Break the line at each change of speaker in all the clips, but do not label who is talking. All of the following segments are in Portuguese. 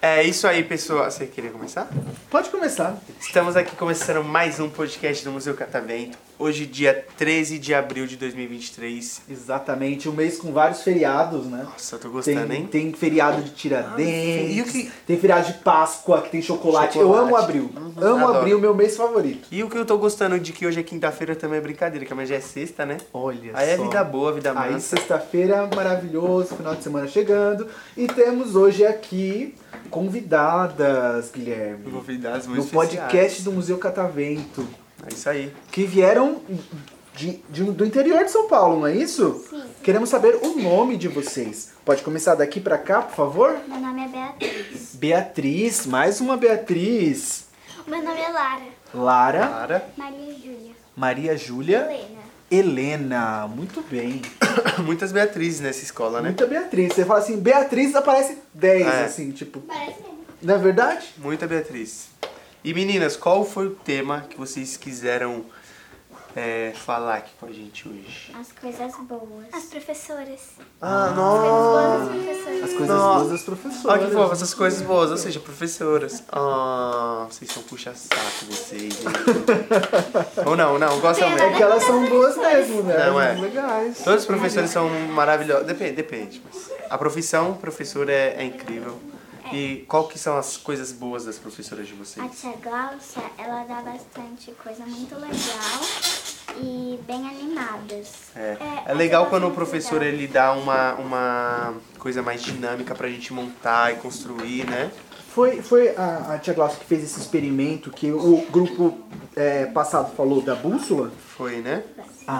É isso aí, pessoal. Você queria começar?
Pode começar.
Estamos aqui começando mais um podcast do Museu Catavento. Hoje, dia 13 de abril de 2023.
Exatamente, um mês com vários feriados, né?
Nossa, eu tô
Tem,
gostando, hein?
tem feriado de Tiradentes,
e o que-
tem feriado de Páscoa, que tem chocolate. Eu
Chocolate.
amo abril.
Uhum,
amo
adoro.
abril, meu mês favorito.
E o que eu tô gostando de que hoje é quinta-feira também é brincadeira, que amanhã já é sexta, né?
Olha
Aí é
só.
vida boa, né? vida
Aí
mansa.
sexta-feira, maravilhoso, final de semana chegando. E temos hoje aqui convidadas, Guilherme.
Novidades muito
No
especiais.
podcast do Museu Catavento.
É isso aí.
que vieram de- de- do interior de São Paulo, não é isso? Sim. Queremos saber o nome de vocês. Pode começar daqui pra cá, por favor?
Meu nome é Beatriz.
Beatriz, mais uma Beatriz.
Meu nome é Lara.
Lara,
Clara.
Maria Júlia.
Maria Júlia,
Helena.
Helena. Muito bem.
Muitas Beatrizes nessa escola, né?
Muita Beatriz. Você fala assim, Beatriz aparece 10,
É.
assim, tipo.
Parece mesmo.
Não é verdade?
Muita Beatriz. E meninas, qual foi o tema que vocês quiseram é, falar aqui com a gente hoje?
As coisas boas. As professoras.
Ah,
As
nossa!
professoras.
As coisas
Nossa.
boas das
Olha
professoras.
que fofo, essas coisas boas, ou seja, professoras. Ah, vocês são puxa-saco, vocês. hein? Ou não, não, gostam
Tem
É
mesmo.
que elas são boas mesmo, né?
Não,
Elas
é.
são legais.
Todos os professores são maravilhosos. Depende, depende. Mas a profissão professora é, é incrível. E qual que são as coisas boas das professoras de
A
vocês?
tia Glaucia, ela dá bastante coisa muito legal e bem animadas.
É, é legal quando o professor ele dá uma, uma coisa mais dinâmica pra gente montar e construir, né?
Foi, foi a, a Tia Glaucia que fez esse experimento que o grupo é, passado falou da bússola?
Foi, né?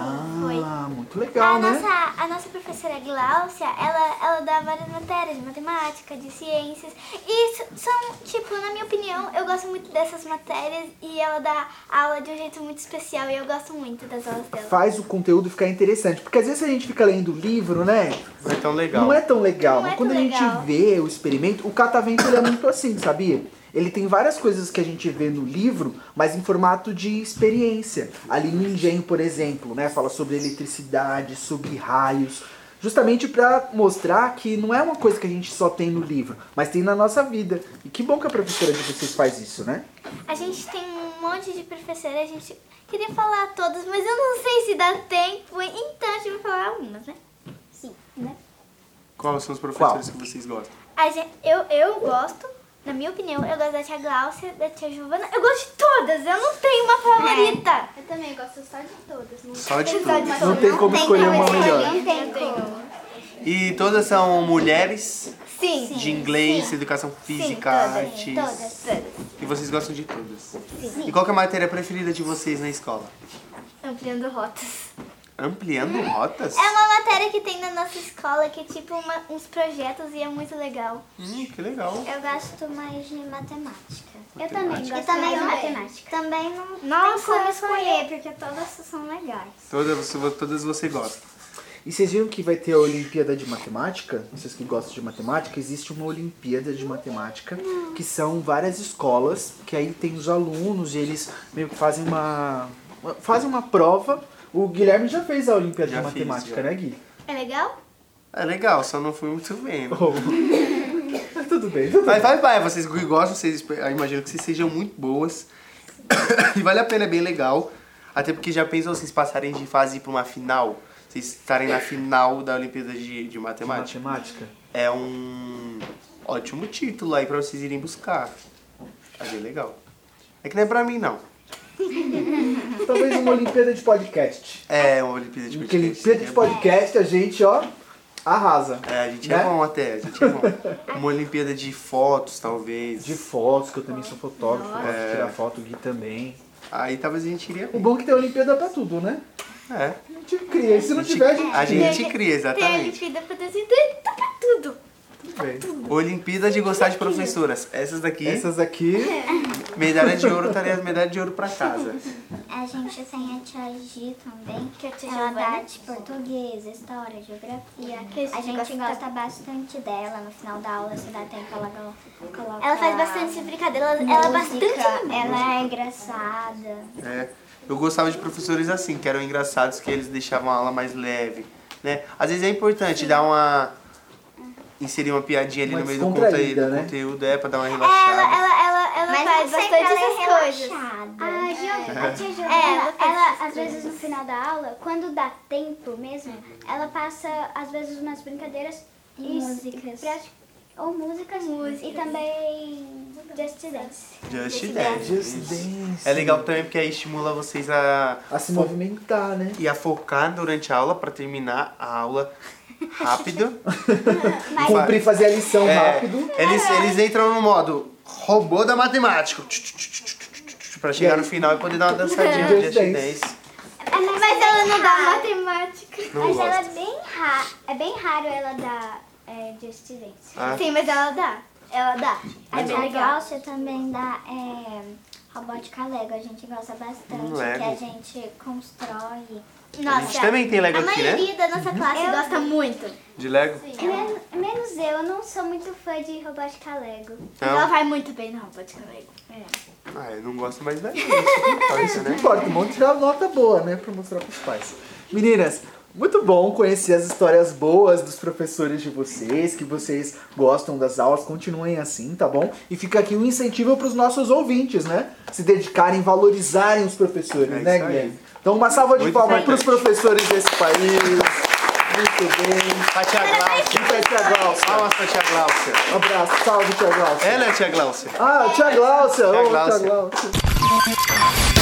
Ah, muito
A
legal, né?
nossa, a nossa professora Glaucia, ela, ela dá várias matérias de matemática, de ciências. E s- são, tipo, na minha opinião, eu gosto muito dessas matérias e ela dá aula de um jeito muito especial e eu gosto muito das aulas dela.
Faz o conteúdo ficar interessante. Porque às vezes a gente fica lendo livro, né?
Não é tão legal.
Não é tão legal.
Não
mas
é
quando
tão
a gente
legal.
vê o experimento, o catavento ele é muito assim, sabia? Ele tem várias coisas que a gente vê no livro, mas em formato de experiência. Ali no engenho, por exemplo, né? Fala sobre eletricidade, sobre raios. Justamente pra mostrar que não é uma coisa que a gente só tem no livro, mas tem na nossa vida. E que bom que a professora de vocês faz isso, né?
A gente tem um monte de professora, a gente queria falar todas, mas eu não sei se dá tempo, então a gente vai falar algumas, né? Sim, né?
Quais são os professores que vocês gostam?
A gen- eu, eu gosto, na minha opinião, eu gosto da tia Glaucia, da tia Giovana. Eu gosto de todas, eu não tenho uma favorita.
Eu também gosto só de todas. Não
Só de
Eu
tudo.
gosto de
Não
todas.
tem como escolher uma melhor.
Não um tem como.
E todas são mulheres
Sim.
de inglês, educação física, artes.
Todas, todas.
E vocês gostam de todas. E qual que é a matéria preferida de vocês na escola?
Ampliando rotas.
Ampliando rotas?
É uma matéria que tem na nossa escola que é tipo uma- uns projetos e é muito legal.
Hum, que legal.
Eu gosto mais de matemática.
Eu também Matemática.
Eu também de matemática. Também não Nossa, tem como escolher, porque todas são legais.
Todas, todas você gosta.
E vocês viram que vai ter a Olimpíada de Matemática? Vocês que gostam de matemática, existe uma Olimpíada de Matemática que são várias escolas, que aí tem os alunos e eles meio que fazem uma uma- fazem uma prova. O Guilherme já fez a Olimpíada
Já
de
fiz,
Matemática,
já.
né, Gui?
É legal?
É legal, só não fui muito bem. né?
Oh. tudo bem, tudo bem.
Mas vai, vai, vocês que gostam, vocês, eu imagino que vocês sejam muito boas. e vale a pena, é bem legal. Até porque já pensam vocês passarem de fase pra uma final? Vocês estarem na final da Olimpíada de, de Matemática?
Matemática.
É um ótimo título aí pra vocês irem buscar. É bem legal. É que não é pra mim, não.
Talvez uma Olimpíada de Podcast.
É uma Olimpíada de
Porque
Podcast.
Olimpíada de
É
Podcast a gente, ó, arrasa.
bom. É, a gente
Né?
é bom até, a gente é bom. Uma Olimpíada de fotos, talvez.
De fotos, que eu também sou fotógrafo, gosto de tirar foto, o Gui também.
Aí talvez a gente iria
O
bem.
bom é que tem Olimpíada pra tudo, né?
É.
A gente cria. E se não tiver, a gente
A
cria.
gente cria,
Tem a
exatamente.
Olimpíada pra desenho, tá pra tudo.
Tudo bem.
Olimpíada de gostar de professoras. Essas daqui.
Essas aqui
Medalha de ouro, estaria medalha de ouro pra casa.
A gente tem a tia Gi também,
Que é a tia
ela dá
Giovana.
de português, história, geografia.
Que esse
a gente
gosta.
gosta bastante dela no final da aula, se dá tempo ela go- coloca.
Ela faz bastante brincadeira, ela,
música,
Ah, ela é bastante.
Ela é engraçada.
É, eu gostava de professores assim, que eram engraçados, que eles deixavam a aula mais leve, né? Às vezes é importante dar uma... Inserir uma piadinha ali
Uma
no meio do
descontraída,
conteúdo,
né?
conteúdo, é, pra dar uma
Ela,
relaxada.
ela, ela, ela faz
não
bastante
sei que ela
essas
é
coisas. Ah,
relaxada.
A, Gio- a tia Giovana,
É,
ela,
ela faz essas
às vezes no final da aula, quando dá tempo mesmo, ela passa às vezes umas brincadeiras
E
e-
músicas.
prati- ou músicas, e também Just Dance.
Just
é
Dance.
Just
isso.
Dance.
É legal também porque aí estimula vocês a...
A se movimentar, né?
E a focar durante a aula pra terminar a aula rápido.
Cumprir, fazer a lição
É,
rápido.
Eles, eles entram no modo robô da matemática. Pra chegar no final e poder dar uma dançadinha no
Just
Just
Dance.
Dance.
Mas ela não dá matemática.
Não
Mas ela
gosto.
é bem, ra é bem raro ela dar é, Just é Dance.
Ah. é
Sim, mas ela dá. Ela dá.
A
Legal.
tia Glaucia também dá é, robótica Lego, a gente gosta bastante,
Hum, Lego.
que a gente constrói.
A gente também tem Lego
Tá a
aqui, né?
maioria da nossa classe gosta muito.
De Lego?
Men- é menos eu, eu não sou muito fã de robótica Lego.
Ela
Não.
vai muito bem na robótica Lego.
Ah, eu não gosto mais da gente. Só isso,
Não
né?
importa, um monte de nota boa, né? Pra mostrar pros pais. Meninas, muito bom conhecer as histórias boas dos professores de vocês, que vocês gostam das aulas, continuem assim, tá bom? E fica aqui um incentivo pros nossos ouvintes, né? Se dedicarem, valorizarem os professores,
É
né,
isso aí.
Guilherme? Então, uma salva de
Muito
palmas pros
importante.
professores desse país. Muito bem.
A tia Glaucia.
Fica aí, Tia Glaucia.
Palmas pra tia Glaucia.
Um abraço. Salve, Tia Glaucia.
Ela é a tia Glaucia.
Ah, Tia Glaucia. Ô, Tia
Glaucia.
Glaucia.